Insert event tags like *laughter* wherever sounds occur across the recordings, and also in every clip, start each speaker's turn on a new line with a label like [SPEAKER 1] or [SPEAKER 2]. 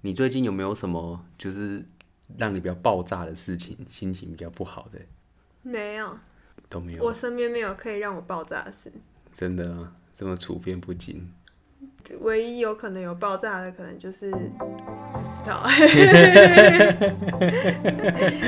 [SPEAKER 1] 你最近有没有什么就是让你比较爆炸的事情，心情比较不好的
[SPEAKER 2] 没有，
[SPEAKER 1] 都没有？
[SPEAKER 2] 我身边没有可以让我爆炸的事，
[SPEAKER 1] 真的啊，这么处变不惊。
[SPEAKER 2] 唯一有可能有爆炸的，可能就是不知
[SPEAKER 1] *laughs*
[SPEAKER 2] 道。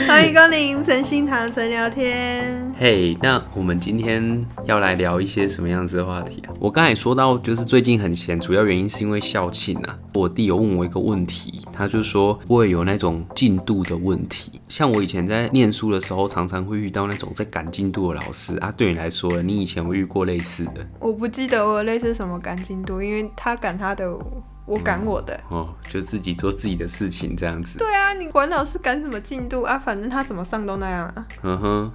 [SPEAKER 2] 欢迎光临陈心堂纯聊天，
[SPEAKER 1] 嘿那我们今天要来聊一些什么样子的话题啊？我刚才说到，就是最近很闲，主要原因是因为校庆啊。我弟有问我一个问题，他就说会有那种进度的问题。像我以前在念书的时候，常常会遇到那种在赶进度的老师啊。对你来说，你以前有遇过类似的
[SPEAKER 2] 我不记得我有类似什么赶进度，因为他赶他的，我赶我的。
[SPEAKER 1] 哦，就自己做自己的事情这样子。
[SPEAKER 2] 对啊，你管老师赶什么进度啊？反正他怎么上都那样啊。
[SPEAKER 1] 嗯哼，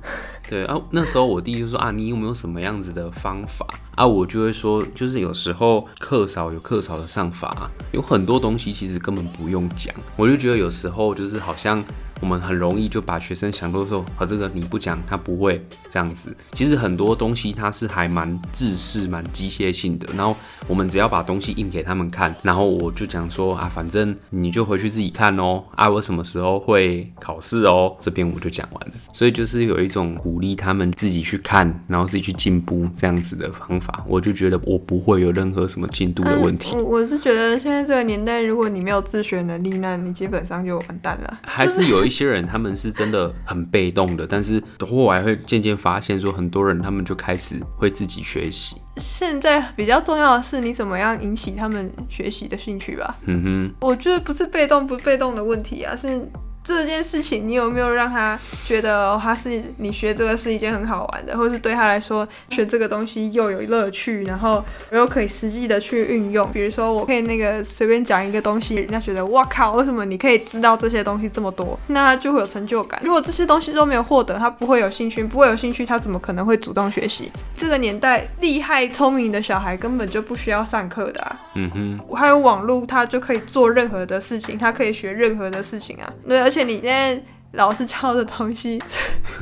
[SPEAKER 1] 对啊，那时候我弟就说啊，你有没有什么样子的方法啊？我就会说，就是有时候课少有课少的上法啊、有很多东西其实根本不用讲。我就觉得有时候就是好像我们很容易就把学生想到说，啊，这个你不讲他不会这样子。其实很多东西它是还蛮制式、蛮机械性的，然后我们只要把东西印给他们看，然后我就讲说啊，反正你就回去自己看哦，啊，我什么时候会考试哦，这边我就讲完了。所以就是有一种鼓励他们自己去看，然后自己去进步这样子的方法，我就觉得我不会有任何什么进度的问题。
[SPEAKER 2] 我我是觉得现在这个年代，如果你没有自学能力，那你基本上就完蛋了。
[SPEAKER 1] 还是有一些人，他们是真的很被动的，但是后来会渐渐发现，说很多人他们就开始会自己学习。
[SPEAKER 2] 现在比较重要的是你怎么样引起他们学习的兴趣吧。
[SPEAKER 1] 嗯哼，
[SPEAKER 2] 我觉得不是被动不被动的问题啊，是这件事情你有没有让他觉得、哦、他是你学这个是一件很好玩的，或是对他来说学这个东西又有乐趣，然后又可以实际的去运用。比如说，我可以那个随便讲一个东西，人家觉得哇靠，为什么你可以知道这些东西这么多？那他就会有成就感。如果这些东西都没有获得，他不会有兴趣，不会有兴趣，他怎么可能会主动学习？这个年代厉害聪明的小孩根本就不需要上课的、啊。
[SPEAKER 1] 嗯哼，
[SPEAKER 2] 还有网络，他就可以做任何的事情，他可以学任何的事情啊。对，而且你现在老师教的东西， *laughs*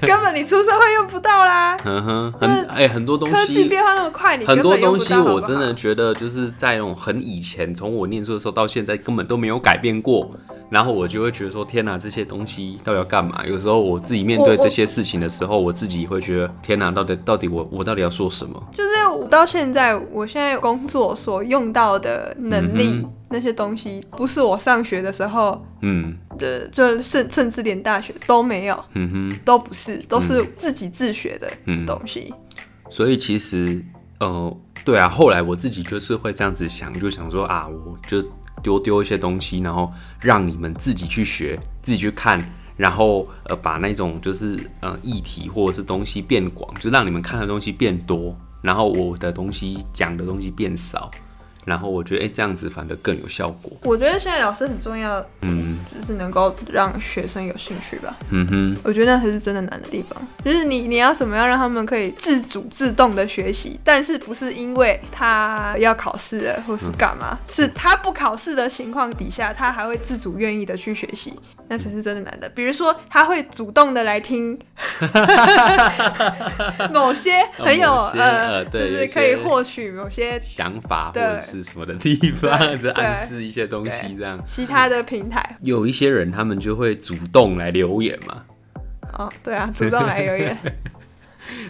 [SPEAKER 2] 根本你出社会用不到啦。
[SPEAKER 1] 嗯哼，很哎、很多东
[SPEAKER 2] 科技
[SPEAKER 1] 西
[SPEAKER 2] 变化那么快，你根
[SPEAKER 1] 很多
[SPEAKER 2] 本用
[SPEAKER 1] 东
[SPEAKER 2] 不
[SPEAKER 1] 西，
[SPEAKER 2] 到好不好
[SPEAKER 1] 我真的觉得就是在那种很以前，从我念书的时候到现在，根本都没有改变过。然后我就会觉得说，天哪，这些东西到底要干嘛？有时候我自己面
[SPEAKER 2] 我
[SPEAKER 1] 对
[SPEAKER 2] 我
[SPEAKER 1] 这些事情的时候，我自己会觉得，天哪，到底到底我我到底要说什么？
[SPEAKER 2] 就是我到现在，我现在工作所用到的能力、那些东西，不是我上学的时候
[SPEAKER 1] 嗯
[SPEAKER 2] 的，就甚甚至连大学都没有，
[SPEAKER 1] 嗯哼，
[SPEAKER 2] 都不是，都是自己自学的
[SPEAKER 1] 嗯
[SPEAKER 2] 东西。
[SPEAKER 1] 所以其实呃，对啊，后来我自己就是会这样子想，就想说啊，我就丢丢一些东西，然后让你们自己去学，自己去看。然后呃，把那种就是呃议题或者是东西变广，就让你们看的东西变多，然后我的东西讲的东西变少，然后我觉得哎、这样子反而更有效果。
[SPEAKER 2] 我觉得现在老师很重要，
[SPEAKER 1] 嗯
[SPEAKER 2] 就是能够让学生有兴趣吧。
[SPEAKER 1] 嗯哼，
[SPEAKER 2] 我觉得那才是真的难的地方，就是你你要怎么样让他们可以自主自动的学习，但是不是因为他要考试了或是干嘛，
[SPEAKER 1] 嗯
[SPEAKER 2] 是他不考试的情况底下，他还会自主愿意的去学习，那才是真的难的。比如说，他会主动的来
[SPEAKER 1] *laughs*
[SPEAKER 2] 听某些很有
[SPEAKER 1] 某些
[SPEAKER 2] 呃，
[SPEAKER 1] 呃
[SPEAKER 2] 就
[SPEAKER 1] 对
[SPEAKER 2] 是
[SPEAKER 1] 有
[SPEAKER 2] 可以
[SPEAKER 1] 些
[SPEAKER 2] 获取某些
[SPEAKER 1] 想法或
[SPEAKER 2] 对
[SPEAKER 1] 者是什么的地方，
[SPEAKER 2] 对
[SPEAKER 1] 这暗
[SPEAKER 2] 对
[SPEAKER 1] 示一些东西这样。
[SPEAKER 2] 其他的平台
[SPEAKER 1] 有一些人他们就会主动来留言嘛。
[SPEAKER 2] 哦，对啊，主动来留言。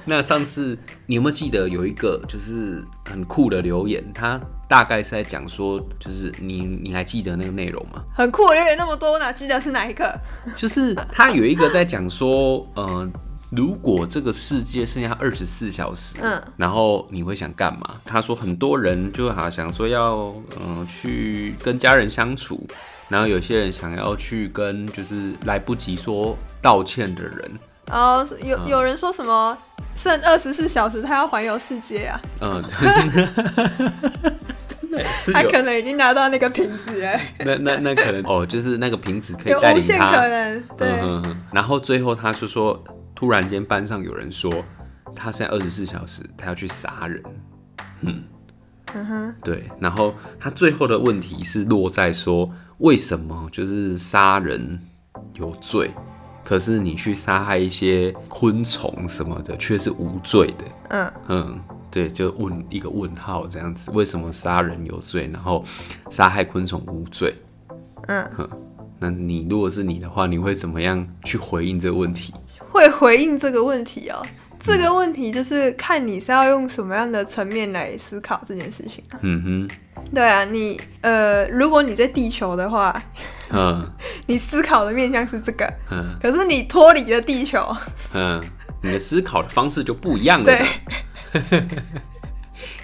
[SPEAKER 1] 那上次你有没有记得有一个就是很酷的留言？他大概是在讲说，就是你你还记得那个内容吗？ *laughs*
[SPEAKER 2] 很酷，留言那么多，我哪记得是哪一个？
[SPEAKER 1] 就是他有一个在讲说，呃，如果这个世界剩下二十四小时，
[SPEAKER 2] 嗯
[SPEAKER 1] 然后你会想干嘛？他说很多人就好像想说要，嗯、去跟家人相处，然后有些人想要去跟就是来不及说道歉的人，
[SPEAKER 2] 然后有
[SPEAKER 1] 嗯
[SPEAKER 2] 有人说什么剩二十四小时，他要环游世界啊，
[SPEAKER 1] *laughs* 嗯，对，对是
[SPEAKER 2] 他
[SPEAKER 1] 有
[SPEAKER 2] 可能已经拿到那个瓶子了，
[SPEAKER 1] *laughs* 那那那可能哦，就是那个瓶子可以
[SPEAKER 2] 有
[SPEAKER 1] 带
[SPEAKER 2] 无
[SPEAKER 1] 领
[SPEAKER 2] 限可
[SPEAKER 1] 他。
[SPEAKER 2] 能。对，
[SPEAKER 1] 嗯哼哼。然后最后他就说，突然间班上有人说，他现在二十四小时他要去杀人。
[SPEAKER 2] 嗯哼，
[SPEAKER 1] 对，然后他最后的问题是落在说，为什么就是杀人有罪，可是你去杀害一些昆虫什么的却是无罪的？
[SPEAKER 2] 嗯，
[SPEAKER 1] 嗯，对，就问一个问号这样子，为什么杀人有罪，然后杀害昆虫无罪？
[SPEAKER 2] 嗯，
[SPEAKER 1] 那你如果是你的话，你会怎么样去回应这个问题？
[SPEAKER 2] 会回应这个问题哦。这个问题就是看你是要用什么样的层面来思考这件事情啊。
[SPEAKER 1] 嗯
[SPEAKER 2] 对啊，你呃，如果你在地球的话，
[SPEAKER 1] 哼，嗯
[SPEAKER 2] 你思考的面向是这个，
[SPEAKER 1] 嗯
[SPEAKER 2] 可是你脱离了地球，
[SPEAKER 1] 嗯，你的思考的方式就不一样了。*laughs*
[SPEAKER 2] 对，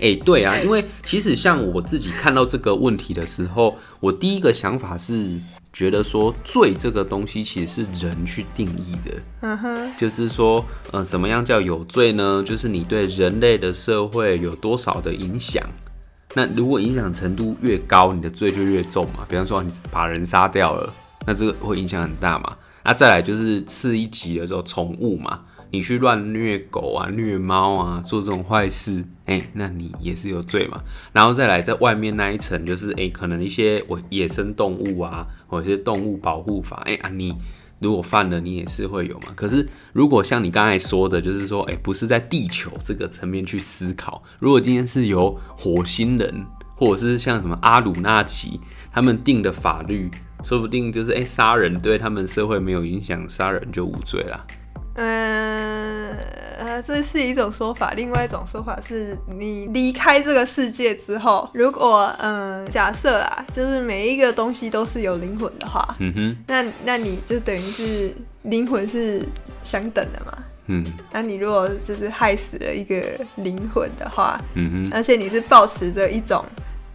[SPEAKER 1] 哎、对啊，因为其实像我自己看到这个问题的时候，我第一个想法是觉得说罪这个东西其实是人去定义的，
[SPEAKER 2] 嗯哼，
[SPEAKER 1] 就是说，呃，怎么样叫有罪呢？就是你对人类的社会有多少的影响。那如果影响程度越高，你的罪就越重嘛。比方说你把人杀掉了，那这个会影响很大嘛。那再来就是四一级的时候，宠物嘛，你去乱虐狗啊、虐猫啊，做这种坏事，哎、那你也是有罪嘛。然后再来在外面那一层，就是哎、可能一些我野生动物啊，或者一些动物保护法，哎、啊你如果犯了，你也是会有嘛。可是如果像你刚才说的，就是说，哎、不是在地球这个层面去思考，如果今天是由火星人，或者是像什么阿鲁纳奇他们定的法律，说不定就是哎，杀、人对他们社会没有影响，杀人就无罪啦。
[SPEAKER 2] 嗯、呃，这是一种说法，另外一种说法是你离开这个世界之后，如果嗯、假设啊，就是每一个东西都是有灵魂的话，
[SPEAKER 1] 嗯哼，
[SPEAKER 2] 那那你就等于是灵魂是相等的嘛。
[SPEAKER 1] 嗯
[SPEAKER 2] 那你如果就是害死了一个灵魂的话，
[SPEAKER 1] 嗯哼，
[SPEAKER 2] 而且你是抱持着一种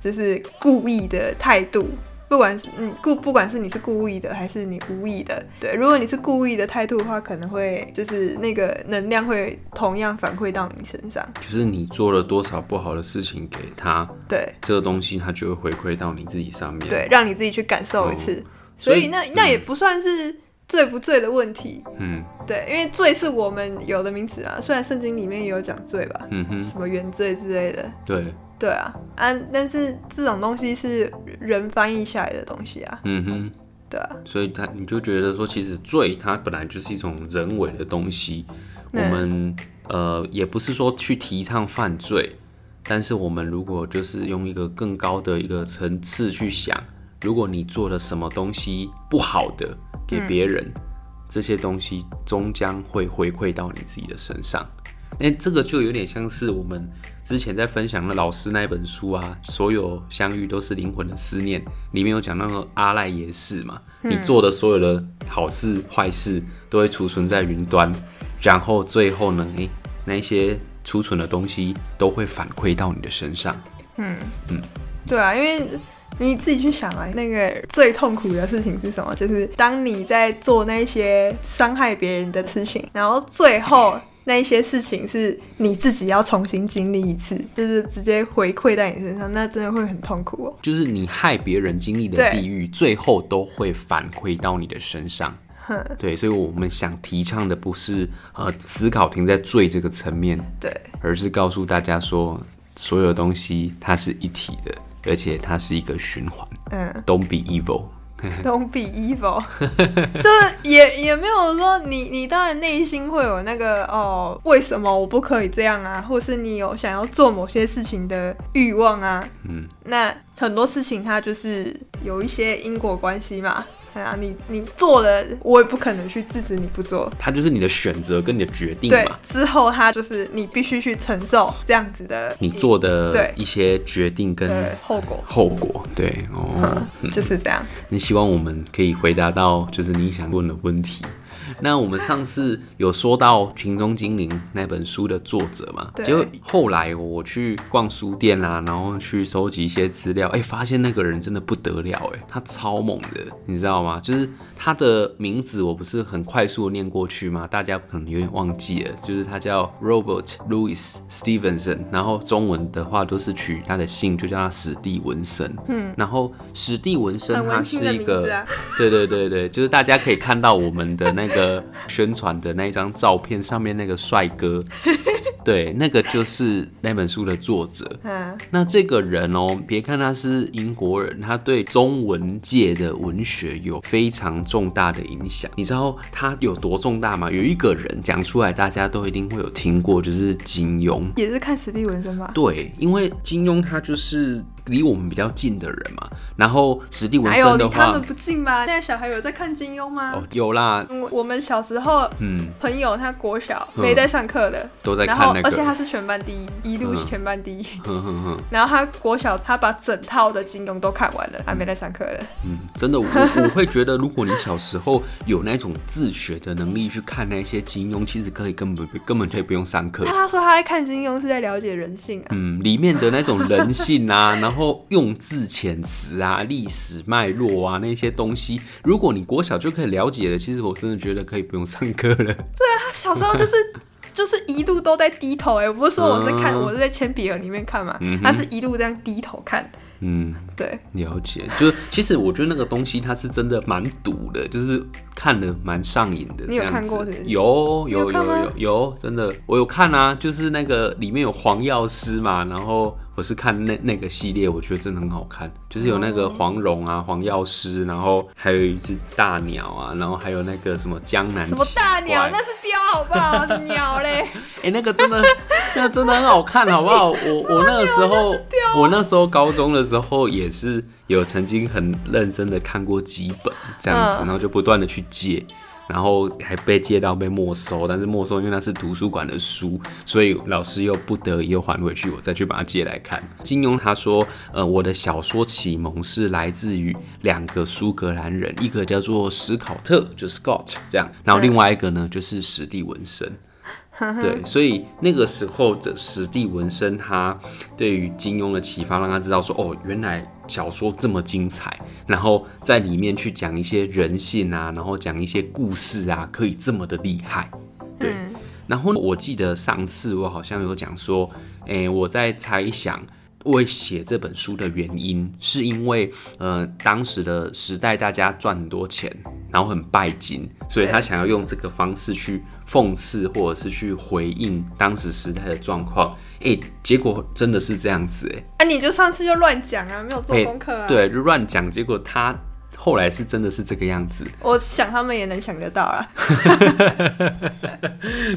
[SPEAKER 2] 就是故意的态度，不管是嗯故不管是你是故意的还是你无意的，对，如果你是故意的态度的话，可能会就是那个能量会同样反馈到你身上，
[SPEAKER 1] 就是你做了多少不好的事情给他，
[SPEAKER 2] 对
[SPEAKER 1] 这个东西他就会回馈到你自己上面。
[SPEAKER 2] 对，让你自己去感受一次，嗯哦所以嗯那那也不算是罪不罪的问题，
[SPEAKER 1] 嗯
[SPEAKER 2] 对，因为罪是我们有的名词啊，虽然圣经里面也有讲罪吧，
[SPEAKER 1] 嗯哼，
[SPEAKER 2] 什么原罪之类的，
[SPEAKER 1] 对，
[SPEAKER 2] 对啊啊，但是这种东西是人翻译下来的东西啊，
[SPEAKER 1] 嗯哼。
[SPEAKER 2] 对啊。
[SPEAKER 1] 所以他你就觉得说，其实罪它本来就是一种人为的东西，我
[SPEAKER 2] 嗯
[SPEAKER 1] 们呃也不是说去提倡犯罪，但是我们如果就是用一个更高的一个层次去想，如果你做了什么东西不好的给别人，这些东西终将会回馈到你自己的身上。哎、这个就有点像是我们之前在分享的老师那本书啊，所有相遇都是灵魂的思念，里面有讲那个阿赖耶识嘛，
[SPEAKER 2] 嗯
[SPEAKER 1] 你做的所有的好事、坏事都会储存在云端，然后最后呢，哎、那一些储存的东西都会反馈到你的身上。
[SPEAKER 2] 对啊，因为你自己去想啊，那个最痛苦的事情是什么？就是当你在做那些伤害别人的事情，然后最后那一些事情是你自己要重新经历一次，就是直接回馈在你身上，那真的会很痛苦哦。
[SPEAKER 1] 就是你害别人经历的
[SPEAKER 2] 对
[SPEAKER 1] 地狱，最后都会反馈到你的身上。
[SPEAKER 2] 哼，
[SPEAKER 1] 对，所以我们想提倡的不是呃思考停在罪这个层面，
[SPEAKER 2] 对，
[SPEAKER 1] 而是告诉大家说，所有东西它是一体的，而且它是一个循环。
[SPEAKER 2] 嗯
[SPEAKER 1] Don't be evil。
[SPEAKER 2] ，Don't be evil，就是也也没有说你你当然内心会有那个哦，为什么我不可以这样啊？或是你有想要做某些事情的欲望啊，
[SPEAKER 1] 嗯
[SPEAKER 2] 那很多事情它就是有一些因果关系嘛。对啊，你你做了，我也不可能去制止你不做。
[SPEAKER 1] 它就是你的选择跟你的决定
[SPEAKER 2] 对
[SPEAKER 1] 嘛，。
[SPEAKER 2] 之后它就是你必须去承受这样子的
[SPEAKER 1] 你做的
[SPEAKER 2] 对
[SPEAKER 1] 一些决定
[SPEAKER 2] 的
[SPEAKER 1] 跟
[SPEAKER 2] 后果，
[SPEAKER 1] 后果，对
[SPEAKER 2] 嗯
[SPEAKER 1] 哦。
[SPEAKER 2] 就是这样。
[SPEAKER 1] 那希望我们可以回答到就是你想问的问题。那我们上次有说到《瓶中精灵》那本书的作者嘛？
[SPEAKER 2] 对
[SPEAKER 1] 结果后来我去逛书店啊，然后去收集一些资料，哎、发现那个人真的不得了、哎，他超猛的，你知道吗？就是他的名字我不是很快速的念过去吗？大家可能有点忘记了，就是他叫 Robert Louis Stevenson，然后中文的话都是取他的姓，就叫他史蒂文森。嗯，然后史蒂文森
[SPEAKER 2] 很
[SPEAKER 1] 他
[SPEAKER 2] 文
[SPEAKER 1] 是
[SPEAKER 2] 青的
[SPEAKER 1] 一
[SPEAKER 2] 名
[SPEAKER 1] 个
[SPEAKER 2] 字啊。
[SPEAKER 1] 对对对对，就是大家可以看到我们的那个宣传的那一张照片上面那个帅
[SPEAKER 2] *laughs*
[SPEAKER 1] 哥，对，那个就是那本书的作者。
[SPEAKER 2] 嗯，
[SPEAKER 1] 那这个人哦，别看他是英国人，他对中文界的文学有非常重大的影响。你知道他有多重大吗？有一个人讲出来，大家都一定会有听过，就是金庸。
[SPEAKER 2] 也是看史蒂文森吧？
[SPEAKER 1] 对，因为金庸他就是离我们比较近的人嘛。然后史蒂文
[SPEAKER 2] 哪有
[SPEAKER 1] 森
[SPEAKER 2] 哎离
[SPEAKER 1] 的
[SPEAKER 2] 他们
[SPEAKER 1] 话，
[SPEAKER 2] 不近吗？现在小孩有在看金庸吗？
[SPEAKER 1] 哦，有啦，
[SPEAKER 2] 我我们小时候
[SPEAKER 1] 嗯，
[SPEAKER 2] 朋友他国小
[SPEAKER 1] 嗯
[SPEAKER 2] 没在上课的，
[SPEAKER 1] 都在
[SPEAKER 2] 然后
[SPEAKER 1] 看那
[SPEAKER 2] 而且他
[SPEAKER 1] 个，
[SPEAKER 2] 是全班第一，一路
[SPEAKER 1] 嗯
[SPEAKER 2] 全班第一。
[SPEAKER 1] 哼哼哼，
[SPEAKER 2] 然后他国小他把整套的金庸都看完了，还没在上课的。
[SPEAKER 1] 嗯，真的，我我会觉得，如果你小时候有那种自学的能力去看那些金庸，其实可以根本根本可以不用上课
[SPEAKER 2] 那。他说他在看金庸是在了解人性啊。
[SPEAKER 1] 嗯，里面的那种人性啊， *laughs* 然后用字遣词啊、历史脉络啊那些东西，如果你国小就可以了解了，其实我真的觉得可以不用上课了。
[SPEAKER 2] 他小时候
[SPEAKER 1] *laughs*
[SPEAKER 2] 就是就是一路都在低头哎、我不是说我在看，
[SPEAKER 1] 嗯
[SPEAKER 2] 我是在铅笔盒里面看嘛，
[SPEAKER 1] 嗯哼
[SPEAKER 2] 他是一路这样低头看，
[SPEAKER 1] 嗯，
[SPEAKER 2] 对，
[SPEAKER 1] 了解，就是其实我觉得那个东西它是真的蛮毒的，就是看了蛮上瘾的这样子。
[SPEAKER 2] 你有看过是不是
[SPEAKER 1] 有
[SPEAKER 2] 你
[SPEAKER 1] 有
[SPEAKER 2] 有
[SPEAKER 1] 有
[SPEAKER 2] 看吗
[SPEAKER 1] 有有，真的我有看啊，就是那个里面有黄药师嘛，然后我是看那那个系列，我觉得真的很好看，就是有那个黄蓉啊、黄药师，然后还有一只大鸟啊，然后还有那个什么江南
[SPEAKER 2] 什么大鸟
[SPEAKER 1] 奇怪
[SPEAKER 2] 那是雕好
[SPEAKER 1] *laughs*
[SPEAKER 2] 不好？鸟嘞，
[SPEAKER 1] 哎、那个真的， *laughs* 那个真的很好看，好不好？我我那个时候，我那时候高中的时候也是有曾经很认真的看过几本这样子，
[SPEAKER 2] 嗯
[SPEAKER 1] 然后就不断的去借，然后还被借到被没收，但是没收因为那是图书馆的书，所以老师又不得已又还回去，我再去把它借来看。金庸他说，呃，我的小说启蒙是来自于两个苏格兰人，一个叫做史考特，就 Scott 这样，然后另外一个呢就是史蒂文森。对，所以那个时候的史蒂文森，他对于金庸的启发，让他知道说，哦，原来小说这么精彩，然后在里面去讲一些人性啊，然后讲一些故事啊，可以这么的厉害。对，
[SPEAKER 2] 嗯
[SPEAKER 1] 然后我记得上次我好像有讲说，诶、我在猜想我写这本书的原因，是因为呃当时的时代大家赚很多钱，然后很拜金，所以他想要用这个方式去讽刺或者是去回应当时时代的状况。诶、结果真的是这样子、诶。
[SPEAKER 2] 啊你就上次就乱讲啊，没有做
[SPEAKER 1] 哎
[SPEAKER 2] 功课啊，，
[SPEAKER 1] 对，就乱讲，结果他后来是真的是这个样子，
[SPEAKER 2] 我想他们也能想得到啊，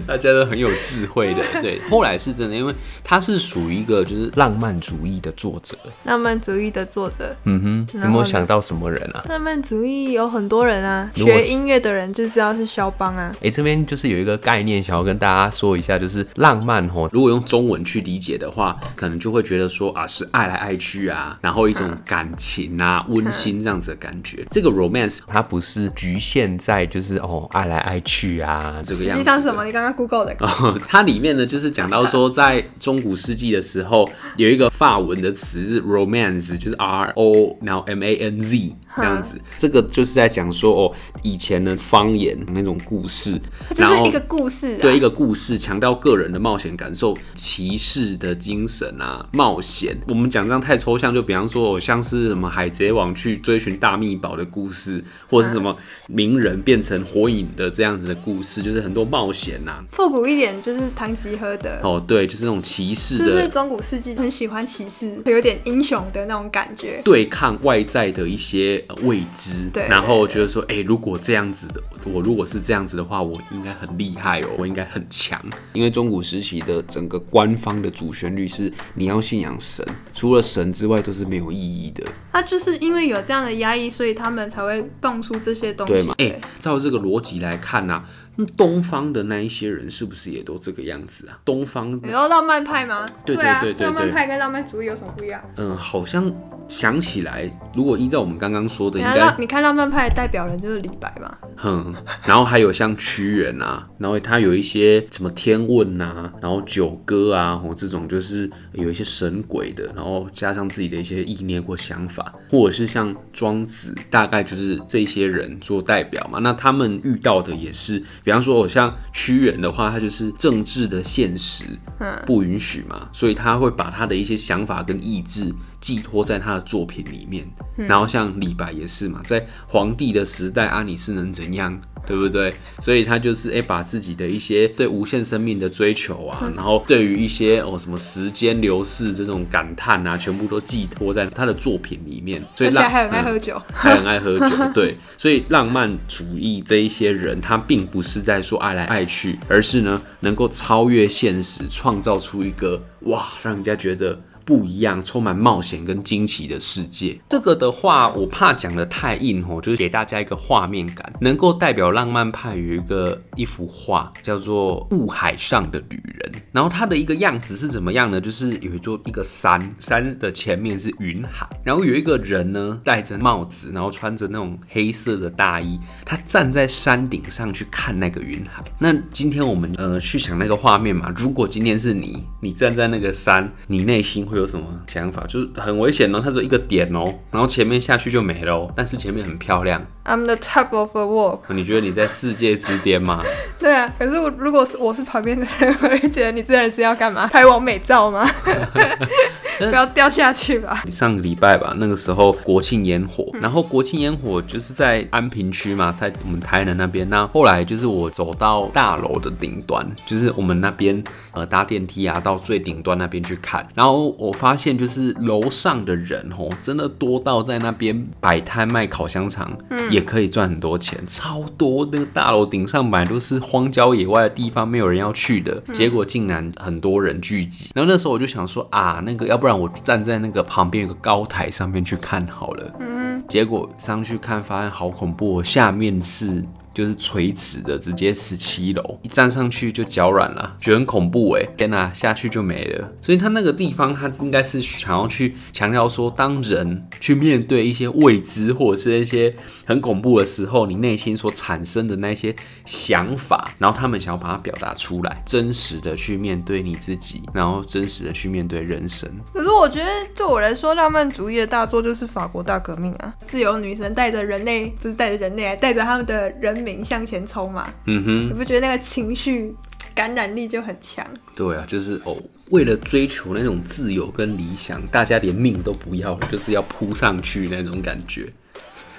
[SPEAKER 1] 大家都很有智慧
[SPEAKER 2] *laughs*
[SPEAKER 1] 的，对，后来是真的，因为他是属于一个就是浪漫主义的作者，
[SPEAKER 2] 浪漫主义的作者，
[SPEAKER 1] 嗯哼，有
[SPEAKER 2] 然后
[SPEAKER 1] 没有
[SPEAKER 2] 呢
[SPEAKER 1] 想到什么人啊？
[SPEAKER 2] 浪漫主义有很多人啊，
[SPEAKER 1] 如果
[SPEAKER 2] 学
[SPEAKER 1] 是
[SPEAKER 2] 音乐的人就知道是肖邦啊，
[SPEAKER 1] 哎、这边就是有一个概念想要跟大家说一下，就是浪漫吼。如果用中文去理解的话，可能就会觉得说啊，是爱来爱去啊，然后一种感情
[SPEAKER 2] *laughs*
[SPEAKER 1] 啊、
[SPEAKER 2] 嗯
[SPEAKER 1] 温馨这样子的感觉。这个 romance 它不是局限在就是哦爱来爱去啊这个
[SPEAKER 2] 实
[SPEAKER 1] 样
[SPEAKER 2] 际
[SPEAKER 1] 子。
[SPEAKER 2] 上是什么？你刚刚 Google 的，
[SPEAKER 1] *laughs* 哦，它里面呢就是讲到说，在中古世纪的时候，有一个法文的词是 romance，就是 R O 然后 M A N Z 这样子。这个就是在讲说哦，以前的方言那种故事，
[SPEAKER 2] 它就
[SPEAKER 1] 然
[SPEAKER 2] 是
[SPEAKER 1] 后
[SPEAKER 2] 一个故事啊，
[SPEAKER 1] 对一个故事，强调个人的冒险感受、骑士的精神啊，冒险。我们讲这样太抽象，就比方说，哦像是什么海贼王去追寻大秘宝的故事，或者是什么鸣人变成火影的这样子的故事，就是很多冒险啊呐、
[SPEAKER 2] 复古一点就是堂吉诃德，
[SPEAKER 1] 哦，对，就是那种骑士
[SPEAKER 2] 就是
[SPEAKER 1] 的
[SPEAKER 2] 中古世纪很喜欢骑士，有点英雄的那种感觉。
[SPEAKER 1] 对抗外在的一些呃未知，
[SPEAKER 2] 对
[SPEAKER 1] 然后觉得说，哎、如果这样子的，我如果是这样子的话，我应该很厉害哦，我应该很强。因为中古时期的整个官方的主旋律是你要信仰神，除了神之外都是没有意义的，
[SPEAKER 2] 他就是因为有这样的压抑，所以他们才会蹦出这些东西。
[SPEAKER 1] 对吗？哎、照这个逻辑来看呐、啊那东方的那一些人是不是也都这个样子啊？东方
[SPEAKER 2] 你说浪漫派吗？
[SPEAKER 1] 对对对
[SPEAKER 2] 啊，
[SPEAKER 1] 对
[SPEAKER 2] 浪漫
[SPEAKER 1] 对
[SPEAKER 2] 派跟浪漫主义有什么不一样？
[SPEAKER 1] 嗯，好像想起来，如果依照我们刚刚说的，应
[SPEAKER 2] 然后
[SPEAKER 1] 该
[SPEAKER 2] 浪，你看浪漫派的代表人就是李白嘛，
[SPEAKER 1] 哼，然后还有像屈原啊，然后他有一些什么天问啊，然后九歌啊，哦这种就是有一些神鬼的，然后加上自己的一些意念或想法，或者是像庄子，大概就是这些人做代表嘛。那他们遇到的也是，比方说，哦像屈原的话，他就是政治的现实
[SPEAKER 2] 嗯
[SPEAKER 1] 不允许嘛，所以他会把他的一些想法跟意志寄托在他的作品里面。
[SPEAKER 2] 嗯
[SPEAKER 1] 然后像李白也是嘛，在皇帝的时代啊，你是能怎
[SPEAKER 2] 嗯
[SPEAKER 1] 样，对不对？所以他就是哎、把自己的一些对无限生命的追求
[SPEAKER 2] 嗯
[SPEAKER 1] 啊，然后对于一些哦什么时间流逝这种感叹啊，全部都寄托在他的作品里面。所以
[SPEAKER 2] 而且
[SPEAKER 1] 让
[SPEAKER 2] 还很爱
[SPEAKER 1] 嗯
[SPEAKER 2] 喝酒。
[SPEAKER 1] 还很爱喝酒，对，所以浪漫主义这一些人，他并不是在说爱来爱去，而是呢能够超越现实，创造出一个哇，让人家觉得不一样、充满冒险跟惊奇的世界。这个的话，我怕讲的太硬哦，就是给大家一个画面感，能够代表浪漫派有一个一幅画叫做《雾海上的旅人》，然后它的一个样子是怎么样呢？就是有一座一个山，山的前面是云海，然后有一个人呢戴着帽子，然后穿着那种黑色的大衣，他站在山顶上去看那个云海。那今天我们呃去想那个画面嘛，如果今天是你，你站在那个山，你内心会有什么想法？就是很危险哦，它只有一个点哦，然后前面下去就没了哦，但是前面很漂亮，
[SPEAKER 2] I'm the top of the world。
[SPEAKER 1] 你觉得你在世界之巅吗？
[SPEAKER 2] 对啊，可是我如果是我是旁边的人，我会觉得你这人是要干嘛？拍完美
[SPEAKER 1] *laughs*
[SPEAKER 2] 照吗？ *laughs* 不要掉下去吧。
[SPEAKER 1] 上个礼拜吧，那个时候国庆烟火，然后国庆烟火就是在安平区嘛，在我们台南那边。那后来就是我走到大楼的顶端，就是我们那边呃搭电梯啊，到最顶端那边去看。然后我发现就是楼上的人哦，真的多到在那边摆摊卖烤香肠，也可以赚很多钱，超多。那个大楼顶上本来都是荒郊野外的地方，没有人要去的，结果竟然很多人聚集。然后那时候我就想说啊，那个要不然我站在那个旁边有个高台上面去看好了。嗯，结果上去看发现好恐怖、哦，下面是。就是垂直的，直接十七楼，一站上去就脚软了，觉得很恐怖哎、天哪、下去就没了。所以他那个地方，他应该是想要去强调说，当人去面对一些未知或者是一些很恐怖的时候，你内心所产生的那些想法，然后他们想要把它表达出来，真实的去面对你自己，然后真实的去面对人生。
[SPEAKER 2] 可是我觉得对我来说，浪漫主义的大作就是法国大革命啊，自由女神带着人类，不是带着人类啊，带着他们的人民向前冲嘛。
[SPEAKER 1] 嗯哼。
[SPEAKER 2] 你不觉得那个情绪感染力就很强？
[SPEAKER 1] 对啊，就是哦，为了追求那种自由跟理想，大家连命都不要 *laughs* 了，就是要扑上去那种感觉，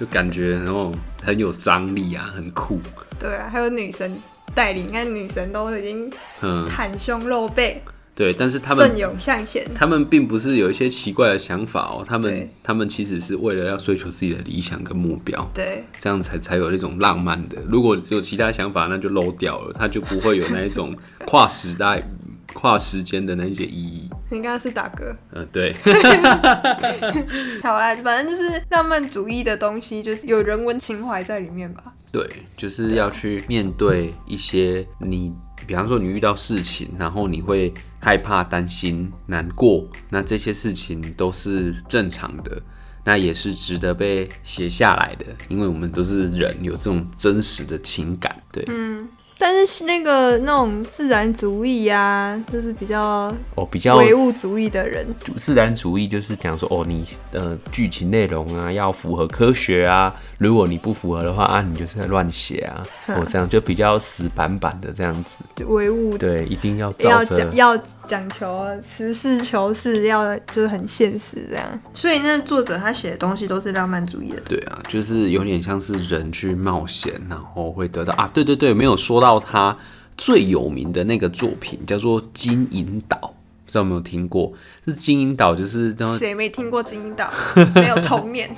[SPEAKER 1] 就感觉然后很有张力啊，很酷。
[SPEAKER 2] 对啊，还有女神带领，你看女神都已经
[SPEAKER 1] 嗯，
[SPEAKER 2] 袒胸露背，
[SPEAKER 1] 对，但是他
[SPEAKER 2] 奋
[SPEAKER 1] 们
[SPEAKER 2] 勇向前。
[SPEAKER 1] 他们并不是有一些奇怪的想法哦，他们
[SPEAKER 2] 对
[SPEAKER 1] 他们其实是为了要追求自己的理想跟目标。
[SPEAKER 2] 对，
[SPEAKER 1] 这样才才有那种浪漫的。如果只有其他想法，那就漏掉了，它就不会有那一种跨时代、跨时间的那一些意义。
[SPEAKER 2] 你刚刚是打嗝。
[SPEAKER 1] 呃，对，
[SPEAKER 2] 好啦，反正就是浪漫主义的东西，就是有人文情怀在里面吧。
[SPEAKER 1] 对，就是要去面对一些你，比方说你遇到事情，然后你会害怕、担心、难过，那这些事情都是正常的，那也是值得被写下来的，因为我们都是人，有这种真实的情感。对，
[SPEAKER 2] 嗯但是那个那种自然主义呀、就是比较
[SPEAKER 1] 哦，比较
[SPEAKER 2] 唯物主义的人，
[SPEAKER 1] 自然主义就是讲说，哦，你的剧情内容啊要符合科学啊，如果你不符合的话啊，你就是在乱写
[SPEAKER 2] *laughs*
[SPEAKER 1] 啊，哦，这样就比较死板板的这样子。
[SPEAKER 2] 唯物
[SPEAKER 1] 对，一定要照
[SPEAKER 2] 要
[SPEAKER 1] 着
[SPEAKER 2] 讲要讲求实事求是，要就是很现实这样。所以那作者他写的东西都是浪漫主义的。
[SPEAKER 1] 对啊，就是有点像是人去冒险，然后会得到啊，对对对，没有说到他最有名的那个作品叫做《金银岛》，不知道有没有听过？是金银岛，就是然后
[SPEAKER 2] 谁没听过金银岛？ *laughs* 没有童年。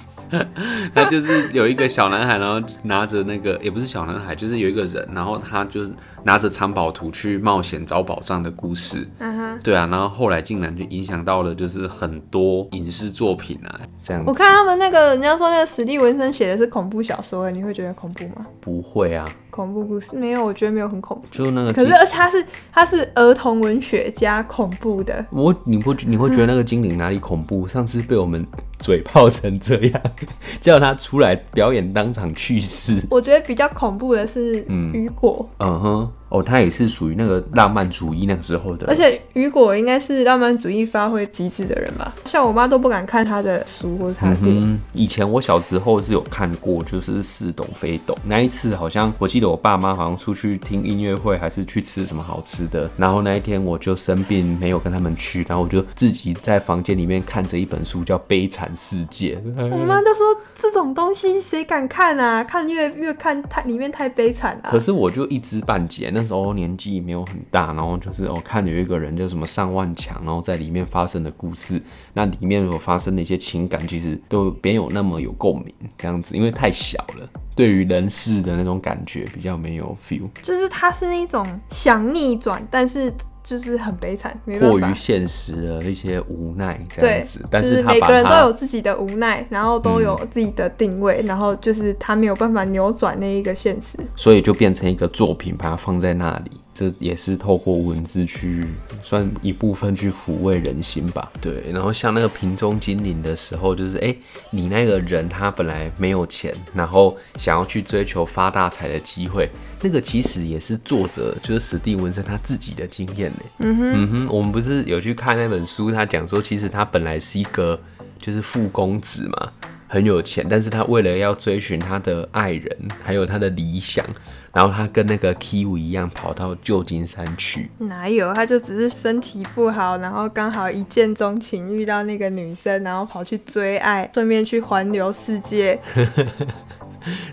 [SPEAKER 1] 他就是有一个小男孩，然后拿着那个也不是小男孩，就是有一个人，然后他就拿着藏宝图去冒险找宝藏的故事。
[SPEAKER 2] 嗯哼，
[SPEAKER 1] 对啊，然后后来竟然就影响到了，就是很多影视作品啊，这样
[SPEAKER 2] 我看他们那个人家说那个史蒂文森写的是恐怖小说，你会觉得恐怖吗？
[SPEAKER 1] 不会啊，
[SPEAKER 2] 恐怖故事没有，我觉得没有很恐怖。
[SPEAKER 1] 就那个
[SPEAKER 2] 可
[SPEAKER 1] 金
[SPEAKER 2] 是，而且他是他是儿童文学加恐怖的，
[SPEAKER 1] 我你不你会觉得那个精灵哪里恐怖？上次被我们嘴炮成这样，叫他出来表演当场去世。
[SPEAKER 2] 我觉得比较恐怖的是雨果，
[SPEAKER 1] 嗯哼，哦，他也是属于那个浪漫主义那个时候的，
[SPEAKER 2] 而且雨果应该是浪漫主义发挥极致的人吧？像我妈都不敢看他的书或者他的电影。
[SPEAKER 1] 嗯，以前我小时候是有看过，就是似懂非懂。那一次好像我记得我爸妈好像出去听音乐会，还是去吃什么好吃的。然后那一天我就生病，没有跟他们去，然后我就自己在房间里面看着一本书，叫《悲惨世界》。
[SPEAKER 2] 我妈就说这种东西谁敢看啊？看越越看太里面太悲惨啊了、
[SPEAKER 1] 可是我就一知半解，那时候年纪没有很大，然后就是我、哦、看有一个人叫什么上万强，然后在里面发生的故事，那里面有发生的一些情感，其实都没有那么有共鸣，这样子，因为太小了，对于人世的那种感觉比较没有 feel。
[SPEAKER 2] 就是它是那种想逆转，但是就是很悲惨，没办
[SPEAKER 1] 迫
[SPEAKER 2] 法
[SPEAKER 1] 于。现实的一些无奈这
[SPEAKER 2] 对
[SPEAKER 1] 样子，，
[SPEAKER 2] 就
[SPEAKER 1] 但
[SPEAKER 2] 是
[SPEAKER 1] 他
[SPEAKER 2] 每
[SPEAKER 1] 把嗯
[SPEAKER 2] 个人都
[SPEAKER 1] 它
[SPEAKER 2] 有自己的无奈，然后都有自己的定位，然后就是他没有办法扭转那一个现实。
[SPEAKER 1] 所以就变成一个作品，把它放在那里。这也是透过文字去算一部分去抚慰人心吧。对，然后像那个瓶中精灵的时候，就是哎、诶你那个人他本来没有钱，然后想要去追求发大财的机会，那个其实也是作者就是史蒂文森他自己的经验呢。嗯哼，嗯哼，我们不是有去看那本书，他讲说其实他本来是一个就是富公子嘛，很有钱，但是他为了要追寻他的爱人，还有他的理想，然后他跟那个 Kiwi 一样跑到旧金山去。
[SPEAKER 2] 哪有？他就只是身体不好，然后刚好一见钟情遇到那个女生，然后跑去追爱，顺便去环游世界。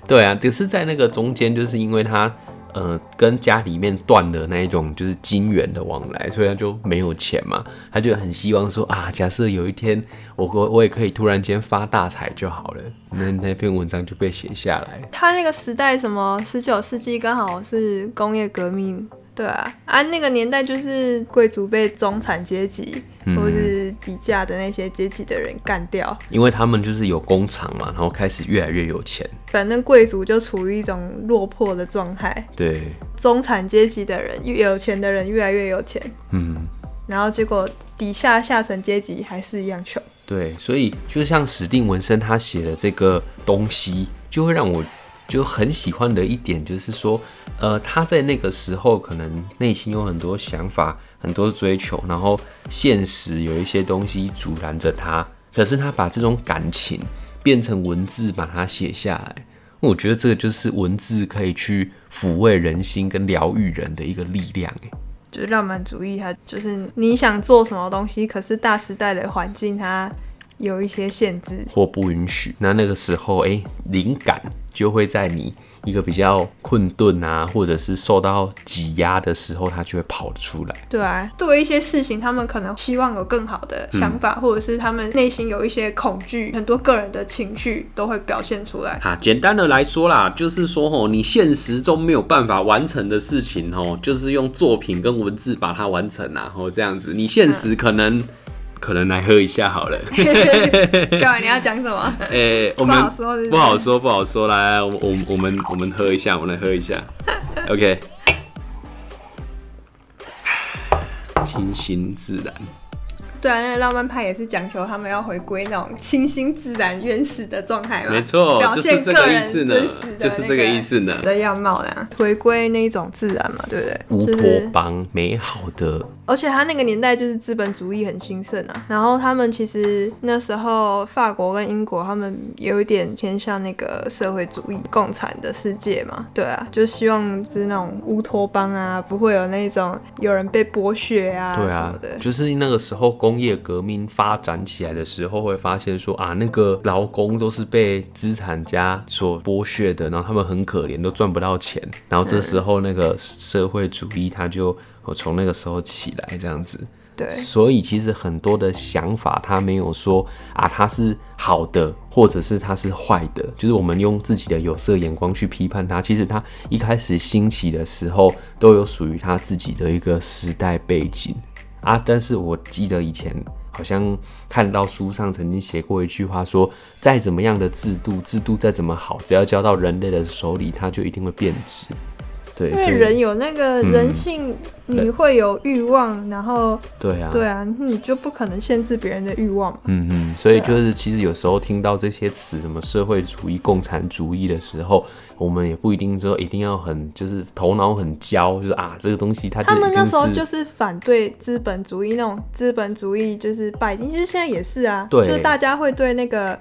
[SPEAKER 1] 对啊，只是在那个中间，就是因为他呃跟家里面断了那一种就是金元的往来，所以他就没有钱嘛，他就很希望说啊，假设有一天我呃我我也可以突然间发大财就好了。那那篇文章就被写下来。
[SPEAKER 2] 他那个时代什么十九世纪刚好是工业革命，对啊，啊那个年代就是贵族被中产阶级、或是底价的那些阶级的人干掉，
[SPEAKER 1] 因为他们就是有工厂嘛，然后开始越来越有钱。
[SPEAKER 2] 反正贵族就处于一种落魄的状态，
[SPEAKER 1] 对，
[SPEAKER 2] 中产阶级的人越有钱的人越来越有钱，
[SPEAKER 1] 嗯，
[SPEAKER 2] 然后结果底下下层阶级还是一样穷。
[SPEAKER 1] 对，所以就像史蒂文森他写的这个东西，就会让我就很喜欢的一点就是说，呃，他在那个时候可能内心有很多想法、很多追求，然后现实有一些东西阻拦着他，可是他把这种感情变成文字，把它写下来。我觉得这个就是文字可以去抚慰人心跟疗愈人的一个力量。哎
[SPEAKER 2] 就是浪漫主义，它就是你想做什么东西，可是大时代的环境它有一些限制，
[SPEAKER 1] 或不允许。那那个时候，哎、灵感就会在你一个比较困顿啊，或者是受到挤压的时候，它就会跑出来。
[SPEAKER 2] 对啊，对一些事情，他们可能希望有更好的
[SPEAKER 1] 嗯
[SPEAKER 2] 想法，或者是他们内心有一些恐惧，很多个人的情绪都会表现
[SPEAKER 1] *laughs*
[SPEAKER 2] 出来。
[SPEAKER 1] 哈，简单的来说啦，就是说吼，你现实中没有办法完成的事情吼，就是用作品跟文字把它完成啊，吼这样子。你现实可能、可能来喝一下好了，
[SPEAKER 2] 各啊位，你要讲什么？
[SPEAKER 1] 诶、我
[SPEAKER 2] 不
[SPEAKER 1] 们
[SPEAKER 2] 好说是不是
[SPEAKER 1] 不好说，不好说，来，来我我我们我们喝一下，我们来喝一
[SPEAKER 2] *laughs*
[SPEAKER 1] 下，OK，清新自然，
[SPEAKER 2] 对啊，那个浪漫派也是讲求他们要回归那种清新自然、原始的状态嘛，
[SPEAKER 1] 没错，
[SPEAKER 2] 表
[SPEAKER 1] 就是
[SPEAKER 2] 现
[SPEAKER 1] 这
[SPEAKER 2] 个
[SPEAKER 1] 个意
[SPEAKER 2] 人
[SPEAKER 1] 思呢
[SPEAKER 2] 真实的、
[SPEAKER 1] 就
[SPEAKER 2] 那，
[SPEAKER 1] 是这个意。思呢。
[SPEAKER 2] 的样貌啦，回归那一种自然嘛，对不对？
[SPEAKER 1] 乌
[SPEAKER 2] 就
[SPEAKER 1] 托
[SPEAKER 2] 是
[SPEAKER 1] 邦美好的
[SPEAKER 2] 而且他那个年代就是资本主义很兴盛啊，然后他们其实那时候法国跟英国他们有一点偏向那个社会主义共产的世界嘛，对啊，就希望就是那种乌托邦啊，不会有那种有人被剥削啊
[SPEAKER 1] 对
[SPEAKER 2] 什
[SPEAKER 1] 啊
[SPEAKER 2] 么的，，
[SPEAKER 1] 就是那个时候工业革命发展起来的时候，会发现说啊，那个劳工都是被资产家所剥削的，然后他们很可怜，都赚不到钱。然后这时候那个社会主义，它就呃从那个时候起来这样子。
[SPEAKER 2] 对
[SPEAKER 1] 所以其实很多的想法，他没有说啊，它是好的，或者是它是坏的，就是我们用自己的有色眼光去批判它。其实它一开始兴起的时候，都有属于它自己的一个时代背景啊。但是我记得以前好像看到书上曾经写过一句话说，再怎么样的制度，制度再怎么好，只要交到人类的手里，它就一定会变质。对，
[SPEAKER 2] 因
[SPEAKER 1] 所
[SPEAKER 2] 为
[SPEAKER 1] 以
[SPEAKER 2] 人有那个人性，你会有欲望，然后
[SPEAKER 1] 对啊，
[SPEAKER 2] 嗯对啊，你就不可能限制别人的欲望嘛。
[SPEAKER 1] 嗯嗯，所以
[SPEAKER 2] 啊
[SPEAKER 1] 就是其实有时候听到这些词，什么社会主义、共产主义的时候，我们也不一定说一定要很就是头脑很焦，就是啊这个东西它就
[SPEAKER 2] 他们
[SPEAKER 1] 一
[SPEAKER 2] 那
[SPEAKER 1] 定
[SPEAKER 2] 时候
[SPEAKER 1] 是
[SPEAKER 2] 就是反对资本主义那种资本主义，就是拜金，其实现在也是啊，
[SPEAKER 1] 对
[SPEAKER 2] 就是大家会对那个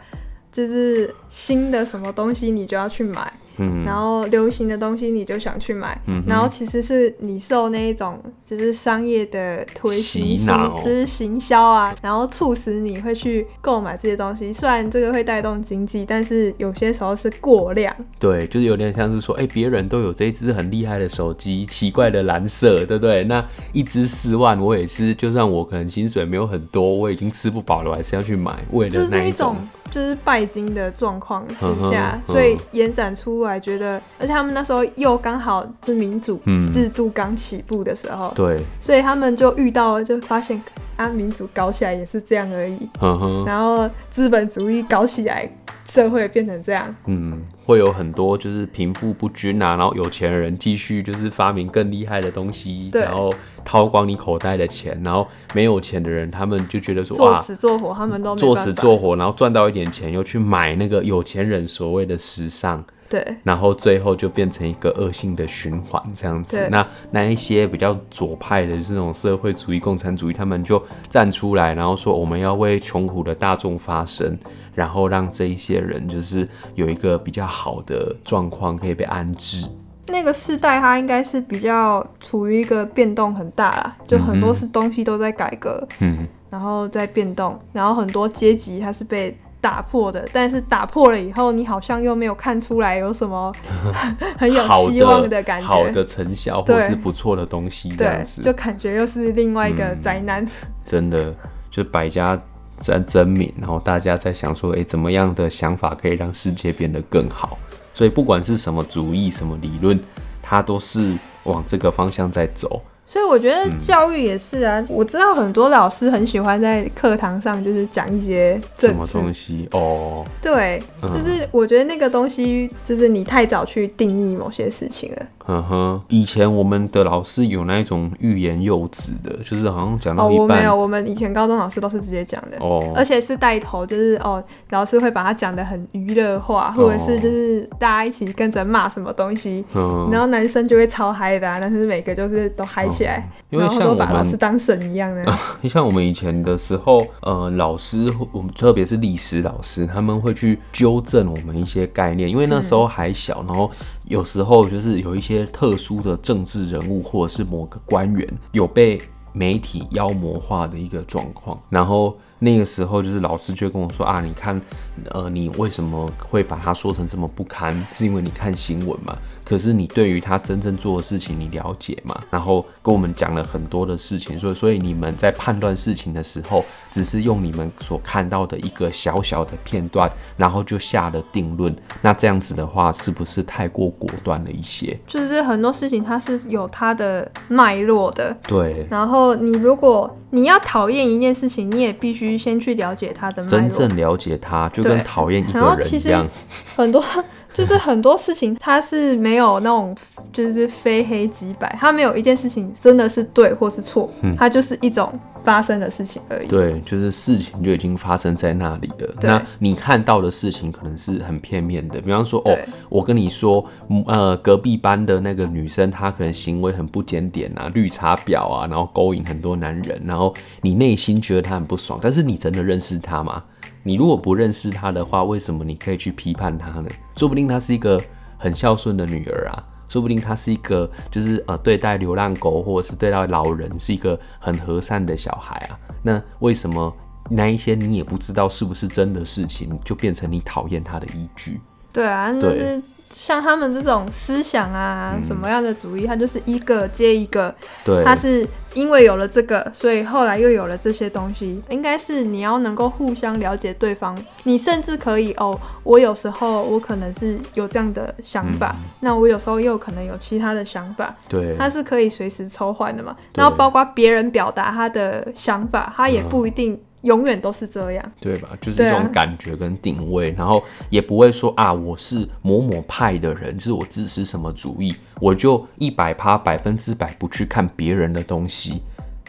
[SPEAKER 2] 就是新的什么东西你就要去买，
[SPEAKER 1] 嗯
[SPEAKER 2] 然后流行的东西你就想去买，然后其实是你受那一种就是商业的推行，
[SPEAKER 1] 洗脑
[SPEAKER 2] 就是行销啊，然后促使你会去购买这些东西。虽然这个会带动经济，但是有些时候是过量，
[SPEAKER 1] 对，就是有点像是说，哎、别人都有这一只很厉害的手机，奇怪的蓝色，对不对？那一只四万，我也是，就算我可能薪水没有很多，我已经吃不饱了，我还是要去买，为
[SPEAKER 2] 就
[SPEAKER 1] 了那
[SPEAKER 2] 是一
[SPEAKER 1] 种
[SPEAKER 2] 种就是拜金的状况底
[SPEAKER 1] 嗯哼
[SPEAKER 2] 下，
[SPEAKER 1] 嗯
[SPEAKER 2] 所以延展出来，觉得，而且他们那时候又刚好是民主
[SPEAKER 1] 嗯
[SPEAKER 2] 制度刚起步的时候，
[SPEAKER 1] 对，
[SPEAKER 2] 所以他们就遇到了，就发现啊，民主搞起来也是这样而已，
[SPEAKER 1] 嗯哼，
[SPEAKER 2] 然后资本主义搞起来，社会变成这样，
[SPEAKER 1] 嗯，会有很多就是贫富不均啊，然后有钱人继续就是发明更厉害的东西，
[SPEAKER 2] 对
[SPEAKER 1] 然后掏光你口袋的钱，然后没有钱的人他们就觉得说
[SPEAKER 2] 做
[SPEAKER 1] 哇。
[SPEAKER 2] 死做活，他们都没
[SPEAKER 1] 做
[SPEAKER 2] 办
[SPEAKER 1] 死
[SPEAKER 2] 法
[SPEAKER 1] 做活，然后赚到一点钱，又去买那个有钱人所谓的时尚，
[SPEAKER 2] 对
[SPEAKER 1] 然后最后就变成一个恶性的循环这样子
[SPEAKER 2] 对。
[SPEAKER 1] 那那一些比较左派的这种社会主义、共产主义，他们就站出来，然后说我们要为穷苦的大众发声，然后让这一些人就是有一个比较好的状况可以被安置。
[SPEAKER 2] 那个世代，它应该是比较处于一个变动很大啦，就很多是东西都在改革，
[SPEAKER 1] 嗯，
[SPEAKER 2] 然后在变动，然后很多阶级它是被打破的，但是打破了以后，你好像又没有看出来有
[SPEAKER 1] *laughs*
[SPEAKER 2] 什么 *laughs* 很有
[SPEAKER 1] 好
[SPEAKER 2] 希望
[SPEAKER 1] 的
[SPEAKER 2] 感
[SPEAKER 1] 好
[SPEAKER 2] 觉。
[SPEAKER 1] 的成效或
[SPEAKER 2] 对
[SPEAKER 1] 是不错的东西这
[SPEAKER 2] 对
[SPEAKER 1] 样，子。嗯
[SPEAKER 2] 就感觉又是另外一个灾难。
[SPEAKER 1] 真的就是百家争争鸣，然后大家在想说，诶，怎么样的想法可以让世界变得更好？所以不管是什么主义、什么理论，它都是往这个方向在走。
[SPEAKER 2] 所以我觉
[SPEAKER 1] 嗯
[SPEAKER 2] 得教育也是啊，我知道很多老师很喜欢在课堂上就是讲一些
[SPEAKER 1] 什
[SPEAKER 2] 政
[SPEAKER 1] 么
[SPEAKER 2] 治，
[SPEAKER 1] 东西？哦，
[SPEAKER 2] 对，
[SPEAKER 1] 嗯
[SPEAKER 2] 就是我觉得那个东西就是你太早去定义某些事情了。
[SPEAKER 1] 呵呵，嗯以前我们的老师有那一种欲言又止的，就是好像讲
[SPEAKER 2] 哦，
[SPEAKER 1] 到
[SPEAKER 2] 我
[SPEAKER 1] 嗯一
[SPEAKER 2] 没
[SPEAKER 1] 半，
[SPEAKER 2] 有，我们以前高中老师都是直接讲的。
[SPEAKER 1] 哦，
[SPEAKER 2] 而且是带头，就是哦，老师会把它讲得很娱乐化，或者是就是大家一起跟着骂什么东西，
[SPEAKER 1] 哦嗯，
[SPEAKER 2] 然后男生就会超嗨的、啊，但是每个就是都嗨起来，
[SPEAKER 1] 哦因为
[SPEAKER 2] 然后
[SPEAKER 1] 像
[SPEAKER 2] 都
[SPEAKER 1] 我
[SPEAKER 2] 把老师
[SPEAKER 1] 们，
[SPEAKER 2] 当神一样的。
[SPEAKER 1] *laughs* 像我们以前的时候，呃，老师，我们特别是历史老师，他们会去纠正我们一些概念，因为那时候还小，然后有时候就是有一些特殊的政治人物或者是某个官员有被媒体妖魔化的一个状况，然后。那个时候就是老师就会跟我说啊，你看，呃，你为什么会把它说成这么不堪？是因为你看新闻嘛？可是你对于他真正做的事情你了解嘛？然后跟我们讲了很多的事情，所以所以你们在判断事情的时候，只是用你们所看到的一个小小的片段，然后就下了定论。那这样子的话，是不是太过果断了一些？
[SPEAKER 2] 就是很多事情它是有它的脉络的，
[SPEAKER 1] 对，
[SPEAKER 2] 然后你如果你要讨厌一件事情，你也必须先去了解它的脉
[SPEAKER 1] 真
[SPEAKER 2] 络。
[SPEAKER 1] 正了解他，就跟
[SPEAKER 2] 对
[SPEAKER 1] 讨厌一
[SPEAKER 2] 然后
[SPEAKER 1] 个人
[SPEAKER 2] 其
[SPEAKER 1] 一
[SPEAKER 2] 实
[SPEAKER 1] 样。
[SPEAKER 2] 很多 *laughs* 就是很多事情它是没有那种就是非黑即白，它没有一件事情真的是对或是错，它就是一种发生的事情而
[SPEAKER 1] 嗯
[SPEAKER 2] 已。
[SPEAKER 1] 对，就是事情就已经发生在那里了。
[SPEAKER 2] 对
[SPEAKER 1] 那你看到的事情可能是很片面的，比方说，哦
[SPEAKER 2] 对，
[SPEAKER 1] 我跟你说，嗯呃，隔壁班的那个女生她可能行为很不检点啊，绿茶婊啊，然后勾引很多男人，啊然后你内心觉得她很不爽，但是你真的认识她吗？你如果不认识她的话，为什么你可以去批判她呢？说不定她是一个很孝顺的女儿啊。说不定她是一个，就是呃，对待流浪狗或者是对待老人是一个很和善的小孩啊。那为什么那一些你也不知道是不是真的事情，就变成你讨厌他的依据？
[SPEAKER 2] 对啊，就
[SPEAKER 1] 对嗯
[SPEAKER 2] 是像他们这种思想啊，什么样的主义，它就是一个接一个，
[SPEAKER 1] 对，
[SPEAKER 2] 它是因为有了这个，所以后来又有了这些东西。应该是你要能够互相了解对方，你甚至可以哦，我有时候我可能是有这样的想法，
[SPEAKER 1] 嗯
[SPEAKER 2] 那我有时候又可能有其他的想法，
[SPEAKER 1] 对，
[SPEAKER 2] 它是可以随时抽换的嘛。
[SPEAKER 1] 对
[SPEAKER 2] 然后包括别人表达他的想法，他也不一定永远都是这样。
[SPEAKER 1] 对吧？就是
[SPEAKER 2] 对
[SPEAKER 1] 一
[SPEAKER 2] 啊
[SPEAKER 1] 种感觉跟定位，然后也不会说啊，我是某某派的人，就是我支持什么主义，我就一百趴百分之百不去看别人的东西。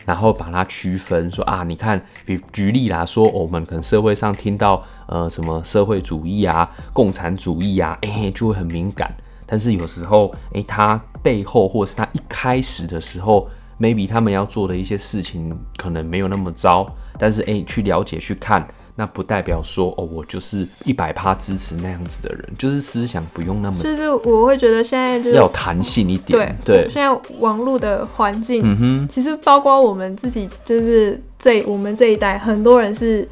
[SPEAKER 1] 然后把它区分，说啊，你看，比举例啦，说我们可能社会上听到呃什么社会主义啊、共产主义啊，哎、就会很敏感。但是有时候，哎、他背后或者是他一开始的时候，maybe 他们要做的一些事情可能没有那么糟，但是哎、诶去了解去看，那不代表说哦，我就是一百趴支持那样子的人，就是思想不用那么
[SPEAKER 2] 就是我会觉得现在就是
[SPEAKER 1] 要有弹性一点，
[SPEAKER 2] 对，
[SPEAKER 1] 对嗯
[SPEAKER 2] 现在网络的环境，其实包括我们自己，就是这我们这一代很多人是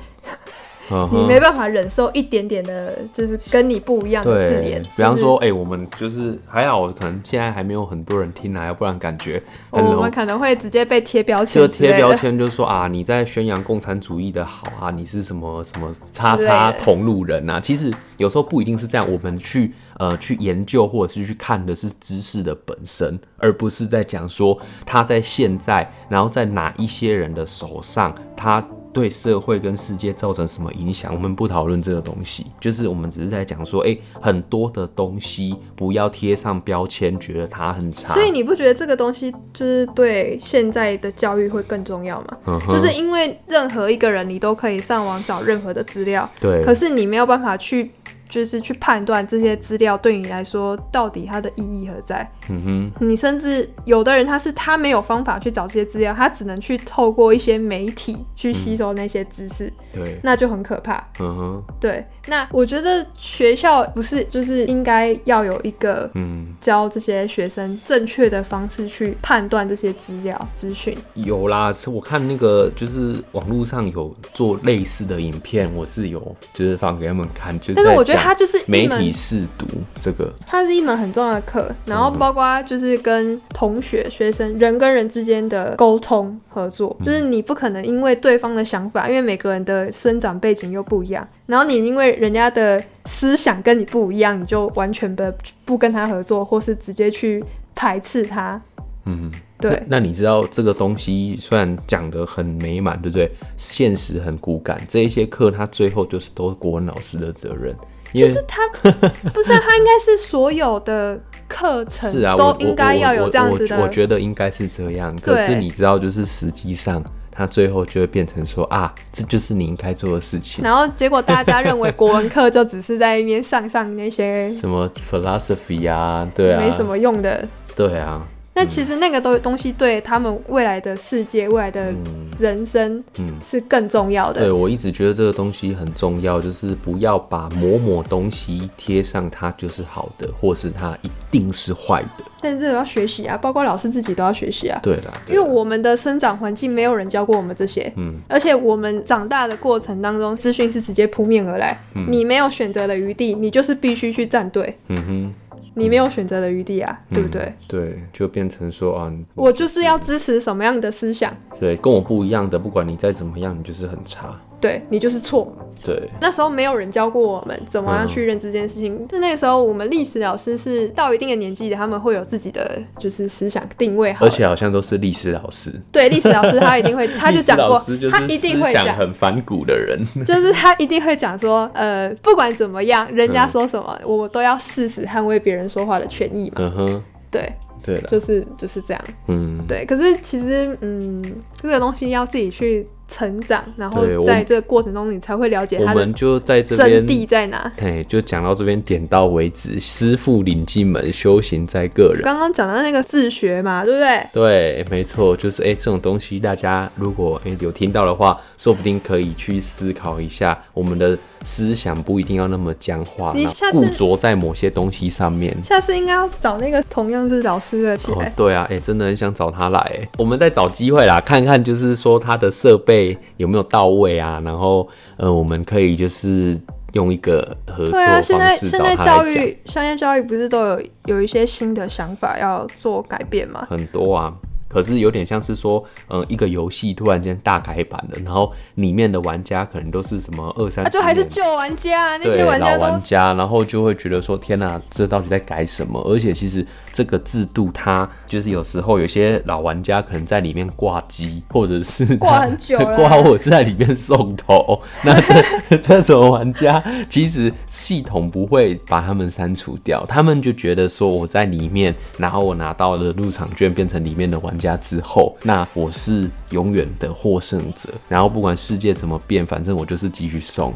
[SPEAKER 1] 嗯
[SPEAKER 2] 你
[SPEAKER 1] 哼
[SPEAKER 2] 没办法忍受一点点的，就是跟你不一样的字
[SPEAKER 1] 对
[SPEAKER 2] 眼。，
[SPEAKER 1] 比方
[SPEAKER 2] 就是
[SPEAKER 1] 说，哎、我们就是还好，可能现在还没有很多人听啊，要不然感觉很
[SPEAKER 2] 哦我
[SPEAKER 1] 容
[SPEAKER 2] 们
[SPEAKER 1] 易
[SPEAKER 2] 可能会直接被贴标签
[SPEAKER 1] 就
[SPEAKER 2] 之类
[SPEAKER 1] 贴
[SPEAKER 2] 的，
[SPEAKER 1] 标签，就说啊，你在宣扬共产主义的好啊，你是什么什么叉
[SPEAKER 2] 之类
[SPEAKER 1] 叉
[SPEAKER 2] 的
[SPEAKER 1] 同路人啊。其实有时候不一定是这样，我们去呃去研究或者是去看的是知识的本身，而不是在讲说他在现在，然后在哪一些人的手上，他。对社会跟世界造成什么影响？我们不讨论这个东西，就是我们只是在讲说，哎，很多的东西不要贴上标签，觉得它很差。
[SPEAKER 2] 所以你不觉得这个东西就是对现在的教育会更重要吗？
[SPEAKER 1] 嗯哼，
[SPEAKER 2] 就是因为任何一个人你都可以上网找任何的资料，
[SPEAKER 1] 对，
[SPEAKER 2] 可是你没有办法去就是去判断这些资料对你来说到底它的意义何在。
[SPEAKER 1] 嗯哼，
[SPEAKER 2] 你甚至有的人他是他没有方法去找这些资料，他只能去透过一些媒体去吸收那些知识，
[SPEAKER 1] 对，
[SPEAKER 2] 那就很可怕。
[SPEAKER 1] 嗯哼，
[SPEAKER 2] 对，那我觉得学校不是就是应该要有一个
[SPEAKER 1] 嗯。
[SPEAKER 2] 教这些学生正确的方式去判断这些资料资讯。
[SPEAKER 1] 有啦，是我看那个就是网络上有做类似的影片，我是有就是放给他们看，就是
[SPEAKER 2] 但是
[SPEAKER 1] 在
[SPEAKER 2] 我觉得
[SPEAKER 1] 讲
[SPEAKER 2] 它就是一
[SPEAKER 1] 媒
[SPEAKER 2] 门
[SPEAKER 1] 体试读这个，
[SPEAKER 2] 它是一门很重要的课，然
[SPEAKER 1] 嗯
[SPEAKER 2] 后包括就是跟同学、学生、人跟人之间的沟通合作，
[SPEAKER 1] 嗯
[SPEAKER 2] 就是你不可能因为对方的想法，因为每个人的生长背景又不一样，然后你因为人家的思想跟你不一样，你就完全的不跟他合作，或是直接去排斥他。
[SPEAKER 1] 嗯，
[SPEAKER 2] 对，
[SPEAKER 1] 那你知道这个东西虽然讲的很美满，对不对？现实很骨感，这一些课它最后就是都是国文老师的责任，因为
[SPEAKER 2] 就是他不是啊他应该是所有的课
[SPEAKER 1] *laughs*
[SPEAKER 2] 程
[SPEAKER 1] 是啊，我
[SPEAKER 2] 都
[SPEAKER 1] 我
[SPEAKER 2] 应该要有这样子的。
[SPEAKER 1] 我我我觉得应该是这样，可是
[SPEAKER 2] 对
[SPEAKER 1] 你知道，就是实际上它最后就会变成说啊，这就是你应该做的事情。
[SPEAKER 2] *laughs* 然后结果大家认为国文课就只是在一边上上那些
[SPEAKER 1] 什么 philosophy 啊，对啊，
[SPEAKER 2] 没什么用的，
[SPEAKER 1] 对啊，
[SPEAKER 2] 那其实那个东东西对他们未来的世界、未来的人生
[SPEAKER 1] 嗯
[SPEAKER 2] 是更重要的。
[SPEAKER 1] 对我一直觉得这个东西很重要，就是不要把某某东西贴上它就是好的，或是它一定是坏的。
[SPEAKER 2] 但是这个要学习啊，包括老师自己都要学习啊。
[SPEAKER 1] 对啦，
[SPEAKER 2] 因
[SPEAKER 1] 对
[SPEAKER 2] 为
[SPEAKER 1] 啦
[SPEAKER 2] 我们的生长环境没有人教过我们这些，
[SPEAKER 1] 嗯，
[SPEAKER 2] 而且我们长大的过程当中，资讯是直接扑面而来，你没有选择的余地，你就是必须去站队，
[SPEAKER 1] 嗯
[SPEAKER 2] 你没有选择的余地啊，
[SPEAKER 1] 哼，
[SPEAKER 2] 对不对？
[SPEAKER 1] 嗯？对，就变成说啊，
[SPEAKER 2] 我就是要支持什么样的思想，
[SPEAKER 1] 对，跟我不一样的，不管你再怎么样，你就是很差。
[SPEAKER 2] 对你就是错，
[SPEAKER 1] 对，
[SPEAKER 2] 那时候没有人教过我们怎么样去认知这件事
[SPEAKER 1] 嗯
[SPEAKER 2] 情。就、那个时候，我们历史老师是到一定的年纪的，他们会有自己的就是思想定位
[SPEAKER 1] 而
[SPEAKER 2] 好了。
[SPEAKER 1] 且好像都是历史老师，
[SPEAKER 2] 对历史老师，他
[SPEAKER 1] *laughs*
[SPEAKER 2] 一定会，他就讲
[SPEAKER 1] 历史
[SPEAKER 2] 过
[SPEAKER 1] 老师，就是
[SPEAKER 2] 他一定会
[SPEAKER 1] 思想
[SPEAKER 2] 讲，
[SPEAKER 1] 很反骨的人。
[SPEAKER 2] 就是他一定会
[SPEAKER 1] *laughs*
[SPEAKER 2] 讲说，呃，不管怎么样，人家说什么，我都要誓死捍卫别人说话的权益嘛。
[SPEAKER 1] 嗯哼，
[SPEAKER 2] 对，
[SPEAKER 1] *laughs* 对了，
[SPEAKER 2] 就是就是这样。
[SPEAKER 1] 嗯，
[SPEAKER 2] 对，可是其实，嗯，这个东西要自己去成长，然后
[SPEAKER 1] 对我
[SPEAKER 2] 在这个过程中，你才会了解
[SPEAKER 1] 我
[SPEAKER 2] 它的
[SPEAKER 1] 们就在这边
[SPEAKER 2] 真谛在哪。
[SPEAKER 1] 对，就讲到这边，点到为止。师傅领进门，修行在个人。
[SPEAKER 2] 刚刚讲到那个自学嘛，对不对？
[SPEAKER 1] 对，没错，就是哎、诶这种东西大家如果哎、诶有听到的话，说不定可以去思考一下，我们的思想不一定要那么僵化，
[SPEAKER 2] 你
[SPEAKER 1] 那
[SPEAKER 2] 下
[SPEAKER 1] 固
[SPEAKER 2] 次
[SPEAKER 1] 着在某些东西上面。
[SPEAKER 2] 下次应该要找那个同样是老师的起
[SPEAKER 1] 哦
[SPEAKER 2] 来。，
[SPEAKER 1] 对啊，哎、真的很想找他来、诶我们再找机会啦，看看就是说他的设备有没有到位啊，然后呃，我们可以就是用一个合作
[SPEAKER 2] 对啊，
[SPEAKER 1] 方
[SPEAKER 2] 现在
[SPEAKER 1] 式
[SPEAKER 2] 现
[SPEAKER 1] 找
[SPEAKER 2] 在
[SPEAKER 1] 他来
[SPEAKER 2] 教
[SPEAKER 1] 讲。
[SPEAKER 2] 育，现在教育不是都有有一些新的想法要做改变吗？
[SPEAKER 1] 很多啊。可是有点像是说，嗯、一个游戏突然间大改版了，然后里面的玩家可能都是什么二三
[SPEAKER 2] 啊，
[SPEAKER 1] 十年，
[SPEAKER 2] 就还是旧玩家啊，那
[SPEAKER 1] 对
[SPEAKER 2] 些玩家
[SPEAKER 1] 老
[SPEAKER 2] 都
[SPEAKER 1] 玩家，然后就会觉得说，天哪、这到底在改什么？而且其实这个制度它就是有时候有些老玩家可能在里面挂机，或者是他
[SPEAKER 2] 挂很久了
[SPEAKER 1] *laughs* 挂我是在里面送头，那
[SPEAKER 2] *laughs*
[SPEAKER 1] 这这种玩家其实系统不会把他们删除掉，他们就觉得说我在里面，然后我拿到了入场券，变成里面的玩家之后，那我是永远的获胜者，然后不管世界怎么变，反正我就是继续送。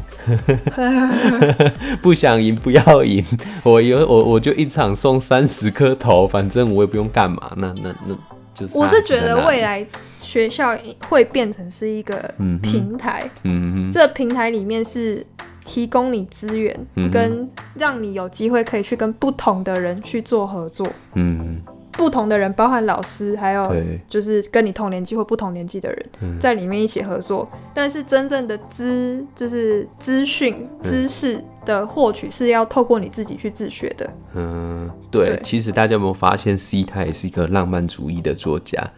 [SPEAKER 1] 不想赢不要赢， *laughs* 我有我我就一场送三十颗头，反正我也不用干嘛。那那那就是
[SPEAKER 2] 我是觉
[SPEAKER 1] 它还在
[SPEAKER 2] 得
[SPEAKER 1] 那里
[SPEAKER 2] 未，来学校会变成是一个
[SPEAKER 1] 嗯哼
[SPEAKER 2] 平台，
[SPEAKER 1] 嗯
[SPEAKER 2] 这平台里面是提供你资源，
[SPEAKER 1] 嗯哼
[SPEAKER 2] 跟让你有机会可以去跟不同的人去做合作。
[SPEAKER 1] 哼嗯，
[SPEAKER 2] 不同的人，包含老师，还有
[SPEAKER 1] 对，
[SPEAKER 2] 就是跟你同年纪或不同年纪的人、
[SPEAKER 1] 嗯
[SPEAKER 2] 在里面一起合作，但是真正的资就是资讯
[SPEAKER 1] 嗯
[SPEAKER 2] 知识的获取是要透过你自己去自学的。
[SPEAKER 1] 嗯，对，
[SPEAKER 2] 对
[SPEAKER 1] 其实大家有没有发现，C 他也是一个浪漫主义的作家？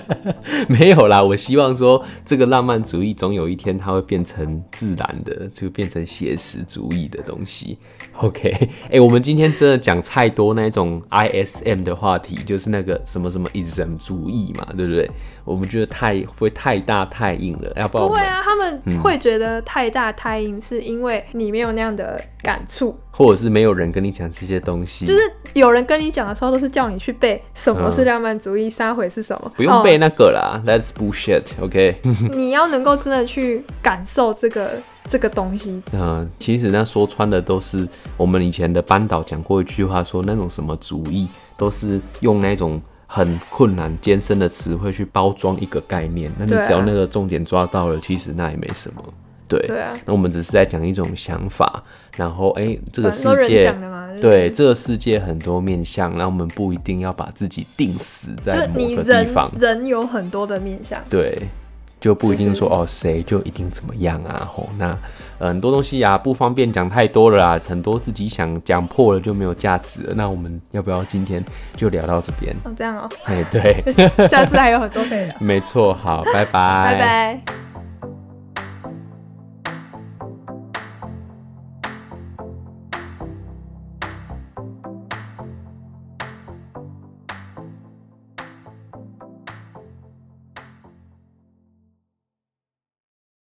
[SPEAKER 1] *laughs* 没有啦，我希望说这个浪漫主义总有一天它会变成自然的，就变成写实主义的东西。OK，哎、我们今天真的讲太多那种 ISM 的话题，就是那个什么什么 ism 主义嘛，对不对？我们觉得太会太大太硬了，要不然
[SPEAKER 2] 不
[SPEAKER 1] 我
[SPEAKER 2] 会
[SPEAKER 1] 们
[SPEAKER 2] 啊，他们会觉得太大太硬，是因为你没有那样的感触。
[SPEAKER 1] 或者是没有人跟你讲这些东西，
[SPEAKER 2] 就是有人跟你讲的时候，都是叫你去背什么是浪漫主义，撒谎是什么，
[SPEAKER 1] 不用背
[SPEAKER 2] 哦
[SPEAKER 1] 那个啦、t h a t s bullshit。OK。
[SPEAKER 2] *laughs* 你要能够真的去感受这个这个东西。
[SPEAKER 1] 嗯、其实那说穿的都是我们以前的班导讲过一句话说那种什么主义都是用那种很困难艰深的词汇去包装一个概念，那你
[SPEAKER 2] 对啊
[SPEAKER 1] 只要那个重点抓到了，其实那也没什么。对，
[SPEAKER 2] 对啊，
[SPEAKER 1] 那我们只是在讲一种想法，然后哎、这个
[SPEAKER 2] 很
[SPEAKER 1] 世
[SPEAKER 2] 多人
[SPEAKER 1] 界
[SPEAKER 2] 讲的嘛，就是
[SPEAKER 1] 对这个世界很多面向，那我们不一定要把自己定死
[SPEAKER 2] 就
[SPEAKER 1] 在某
[SPEAKER 2] 你
[SPEAKER 1] 个地
[SPEAKER 2] 人
[SPEAKER 1] 方。
[SPEAKER 2] 人有很多的面相，
[SPEAKER 1] 对，就不一定说
[SPEAKER 2] 是
[SPEAKER 1] 哦谁就一定怎么样啊吼。那、呃很多东西啊不方便讲太多了啊，很多自己想讲破了就没有价值了。那我们要不要今天就聊到这边？
[SPEAKER 2] *laughs* 哦，这样哦，
[SPEAKER 1] 哎，对，。
[SPEAKER 2] 下次还有很多可以聊
[SPEAKER 1] 没错，好，拜
[SPEAKER 2] 拜拜。